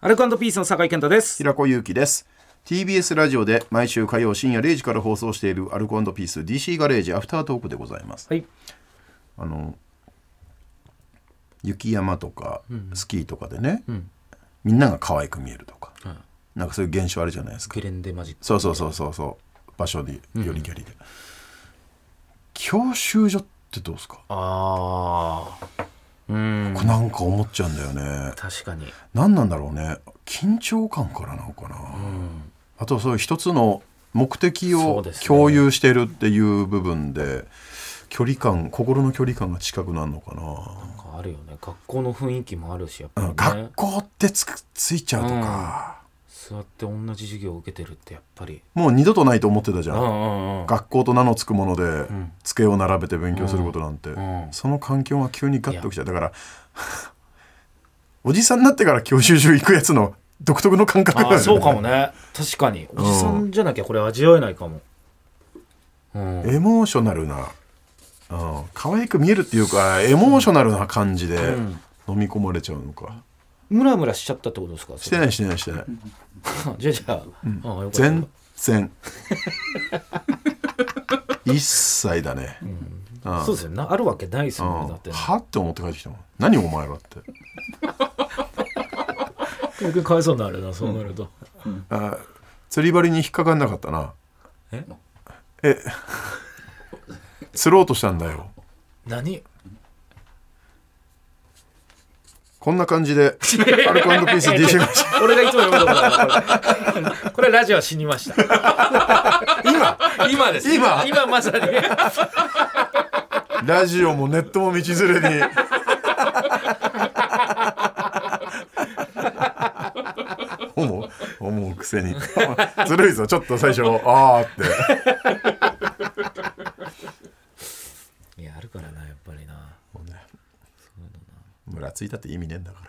アルコピースの酒井健太です。平子祐希です TBS ラジオで毎週火曜深夜0時から放送しているアルコピース DC ガレージアフタートークでございますはい。あの雪山とかスキーとかでね、みんなが可愛く見えるとか、なんかそういう現象あるじゃないですかゲレンデマジック。そうそうそうそうそう場所によりけりで、教習所ってどうですか、ああ。うん。なんか思っちゃうんだよね確かに。何なんだろうね緊張感からなのかな、あとそういう一つの目的そをうですね共有してるっていう部分で距離感心の距離感が近くなるのかなんかあるよね。学校の雰囲気もあるし、やっな、うんぱりね学。校ってつくついちゃうとか、座って同じ授業を受けてるってやっぱり。もう二度とないと思ってたじゃうんん、うんうん。学校と名の付くもので、ん机を並べて勉強することなんて、んうんその環境が急にガッときちゃうだから おじさんになってから教習所行くやつの独特の感覚あだよあ、ねそうかもね。確かに。おじさんじゃなきゃこれ味わえないかも。うん。エモーショナルな、うん、可愛く見えるっていうかエモーショナルな感じでん飲み込まれちゃうのか、ムラムラしちゃったってことですかしてないしてないしてないそれ じゃあじゃあ。ああ、よかった全 然一切だね、うんそうですよね。あるわけないですもんね。だってね。はって思って帰ってきたもん何お前らって僕かわいそうになるな、そうなると。あ釣り針に引っかかんなかったなええ釣ろうとしたんだよ何こんな感 じでアルコピース DJ が俺がいつも読むとこだこれこれラジオは死にました今今です今今まさにラジオもネットも道連れに。思う思うくせにずるいぞちょっと最初ああっていやあるからなやっぱりなもうねムラついたって意味ねえんだか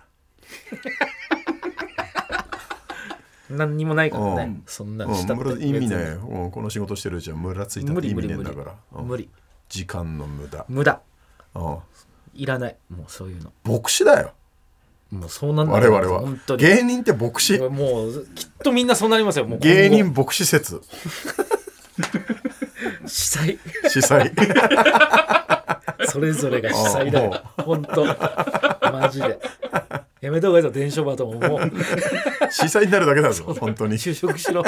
何にもないからうねんそんなら、のしたうってん、ムラ意味別ねにえうんこの仕事してるうちはムラついたっ無て理意無味理ねえん無理だから、うん無理時間の無駄、無駄うん、いらないもうそういうの牧師だよもうそうなんだ我々は本当に芸人って牧師もうきっとみんなそうなりますよもう今後芸人牧師説主催司 祭それぞれが主催だよあ本当マジでやめた方がいいぞ伝承バトンももう司祭になるだけだぞ本当に就職しろ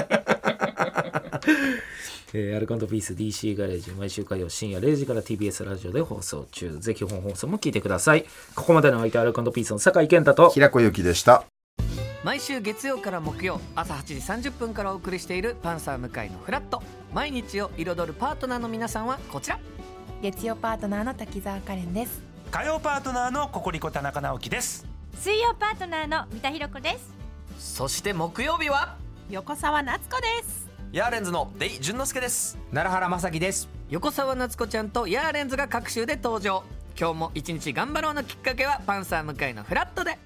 えーアルコピース DC ガレージ毎週火曜深夜0時から TBS ラジオで放送中ぜひ本放送も聞いてくださいここまでの相手はアルコピースの酒井健太と平子由紀でした毎週月曜から木曜朝8時30分からお送りしている「パンサー向井のフラット」毎日を彩るパートナーの皆さんはこちら月曜パートナーの滝沢カレンです火曜パートナーのココリコ田中直樹です水曜パートナーの三田寛子ですそして木曜日は横澤夏子ですヤーレンズのデイ純之介です奈良原まさきです横澤夏子ちゃんとヤーレンズが各週で登場今日も一日頑張ろうのきっかけは「パンサー向井のフラット」で